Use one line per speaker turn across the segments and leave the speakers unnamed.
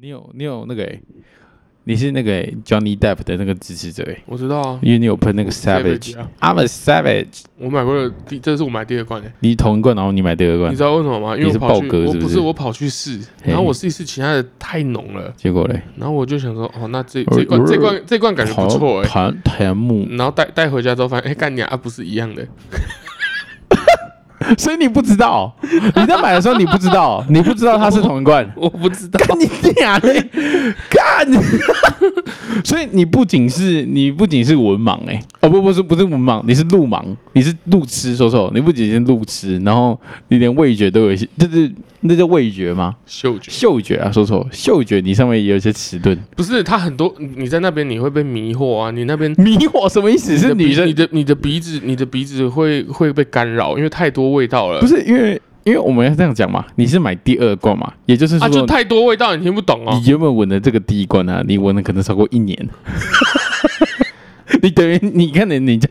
你有你有那个、欸，你是那个、欸、Johnny Depp 的那个支持者、欸，
我知道啊，
因为你有喷那个 Savage。
啊，
I'm a Savage。
我买过的第，这是我买第二罐诶、
你同一罐，然后你买第二罐
你，知道为什么吗？因
你
为我
是
跑
豹
去，
哥
我
是不
不
是
是我跑去试，然后我试一试，其他的太浓了，
结果嘞，
然后我就想说，哦，那这
呃
这罐
呃
这罐这罐感觉不错欸嗯诶、
檀檀木，
然后带带回家之后发现，哎、干娘啊，不是一样的，
所以你不知道，你在买的时候你不知道，你不知道它是同一罐
。我不知道，
干你俩嘞！干！ 所以你不仅是你不仅是文盲哎、哦不不是不是文盲，你是路盲，你是路痴，说错，你不仅是路痴，然后你连味觉都有一些，就是那叫味觉吗？
嗅觉
嗅觉啊，说错，嗅觉你上面也有一些迟钝，
不是它很多，你你在那边你会被迷惑啊，你那边。
迷惑什么意思？
你
是
的鼻
女生
你的你的鼻子，你的鼻子会会被干扰，因为太多味道了。
不是因为因为我们要这样讲嘛，你是买第二罐嘛，也就是说、
啊，就太多味道，你听不懂哦
你。原本闻的这个第一罐啊，你闻了可能超过一年。 你等于你看你你这，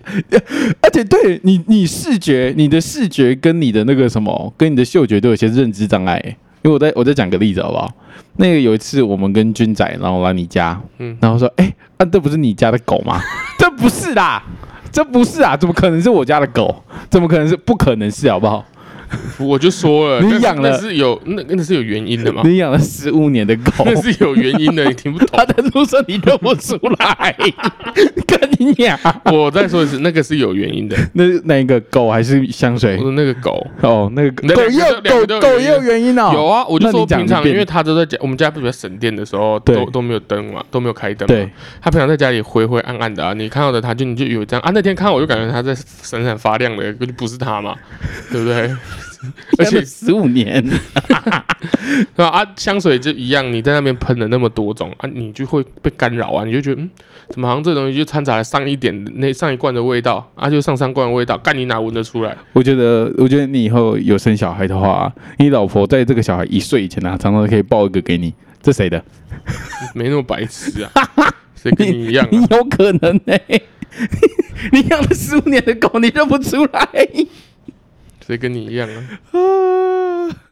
而且对你你视觉你的视觉跟你的那个什么跟你的嗅觉都有些认知障碍欸、因为我再我再讲个例子好不好？那个有一次我们跟军仔然后来你家，
嗯
然后说哎、啊这不是你家的狗吗？ 这不是啦，这不是啊，怎么可能是我家的狗？怎么可能是？不可能是好不好？
我就说了，
你
但是
养了
那是有那那是有原因的嘛？
你养了十五年的 狗，
那是有原因的，你听不 懂
它。在路上你认不出 来，跟你讲。
我再说一次，那个是有原 因的。
那那一个狗还是香
我
水？
说那个狗
哦，那个
那
狗
呃两个
又狗
都两个
狗
都有原因
也有原因哦。
有啊，我就
那
说
你讲
平常
一遍
因为他都在家，我们家不是在省电的时候
对
都都没有灯嘛，都没有开灯。
对，，
他平常在家里灰灰暗暗的啊，你看到的他就你就有这样啊。那天看到我就感觉他在闪闪发亮的，就不是 他嘛，对不对？而且
十五 年，
对啊，啊香水就一样，你在那边喷了那么多种啊，你就会被干扰啊，你就觉得嗯，怎么好像这东西就掺杂了上一点那上一罐的味道啊，就上三罐的味道，干你哪闻得出来？
我觉得，我觉得你以后有生小孩的话，你老婆在这个小孩一岁以前啊，常常可以抱一个给你。这谁的？
没那么白痴啊，谁跟你一样
你
啊？
有可能呢、 你养了十五年的狗，你认不出来。
谁跟你一样啊？
啊